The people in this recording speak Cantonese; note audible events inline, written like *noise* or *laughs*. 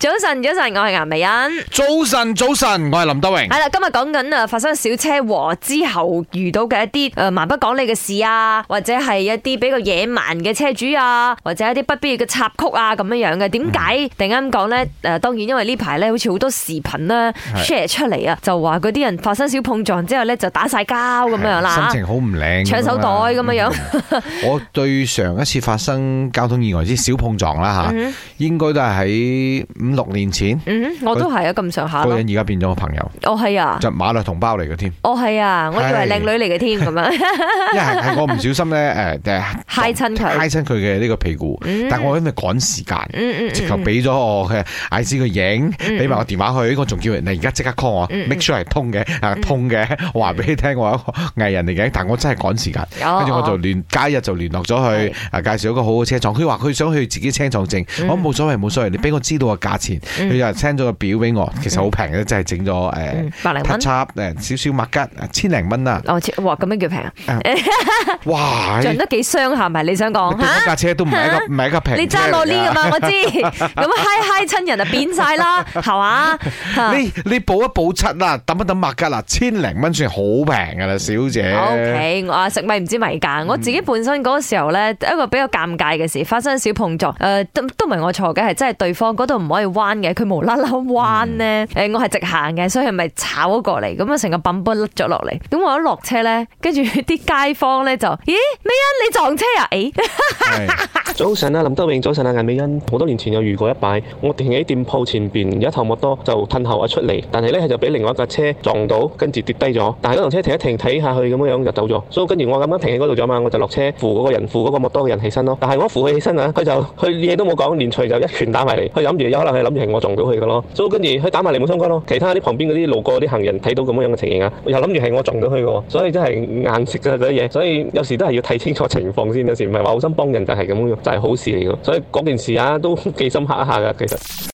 早晨，早晨，我係顏美欣。早晨，早晨，我係林德榮。係啦，今日講緊啊發生小車禍之後遇到嘅一啲誒呃蠻不講理嘅事啊，或者係一啲比較野蠻嘅車主啊，或者一啲不必要嘅插曲啊咁樣樣嘅。點嗯解突然間咁講呢？誒，當然因為呢排呢，好似好多視頻啦 share 出嚟啊，就話嗰啲人發生小碰撞之後呢，就打晒交咁樣啦哎啊心，情啊好唔靚，搶手袋咁樣樣。 *laughs* 我對上一次發生交通意外之小碰撞啦吓，應該都係喺五六年前。嗯，我都係啊，咁上下嗰個咯。人而家變咗個朋友，我係啊，就馬來同胞嚟 *laughs* 嘅添。我係啊，我以為係靚女嚟嘅添咁樣，一係係我唔小心咧，誒誒，揩親佢揩親佢嘅呢個屁股。但我因為趕時間，嗯嗯嗯直頭俾咗我嘅 I C 個影，俾埋我電話佢，我仲叫人你而家即刻 call 嗯我，make sure 係通嘅，啊通嘅，我話俾你聽，我係一個藝人嚟嘅，但我真係趕時間。嗯哦跟住我就聯假日就聯絡咗係，佢啊介紹一個好嘅車廠。佢話佢想去自己車廠證，嗯我冇所謂冇所謂，你俾我知道個價錢，佢就 send 咗個表俾我，其實好平嘅，真係整咗嗯誒百零蚊 touch up 誒少少麥吉啊千零 *laughs* 蚊啦，哦，切哇，咁樣叫平啊？哇！撞對得幾傷下，咪你想講嗰嚇？架車都唔係一個唔係一個平啊你揸落落呢噶嘛？我 *laughs* 知，咁啊嗨嗨親人就扁晒啦，係嘛？嚇你你補一補七啦，抌一抌麥吉啦，千零蚊算好平噶啦，小姐。 O K，我啊食米唔知米嗯價，我自己本身嗰個時候咧，一個比較尷尬嘅事發生小碰撞，誒、呃都都唔係我錯嘅，係真係對方嗰度唔可以彎嘅，佢無啦啦彎咧，誒、嗯我係直行嘅，所以咪炒咗過嚟，咁啊成個泵波甩咗落嚟，咁我一落車咧，跟住啲街坊咧就，咦，美欣你撞車啊？誒、係早晨啊，林德榮，早晨啊，顏美欣。好多年前有遇過一擺，我停喺店鋪前邊，有一頭摩多就褪後啊出嚟，但係咧就俾另外一架車撞到，跟住跌低咗。但係嗰輛車停一停睇下佢咁樣樣就走咗，所以跟住我咁啱停喺嗰度咗嘛，我就落車扶嗰個人，扶嗰個摩多嘅人起身咯。但係我一扶佢起身啊，佢就佢嘢都冇講，連隨就一拳打埋嚟。佢諗住有可能係諗住係我撞到佢嘅咯，所以跟住佢打埋嚟冇相干咯。其他啲旁邊嗰啲路過啲行人睇到咁樣樣嘅情形啊，又諗住係我撞到佢嘅喎，所以真係硬食啊㗎嗰啲嘢。所以有時都係要睇清楚情況 *laughs* 先，有時唔係話好心幫人就係咁樣，就係好事嚟嘅。所以嗰件事啊都幾深刻一下㗎，其實。